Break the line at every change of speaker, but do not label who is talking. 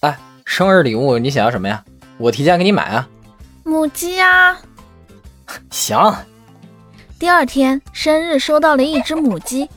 哎，生日礼物你想要什么呀？我提前给你买啊。
母鸡啊！
行，
第二天生日收到了一只母鸡，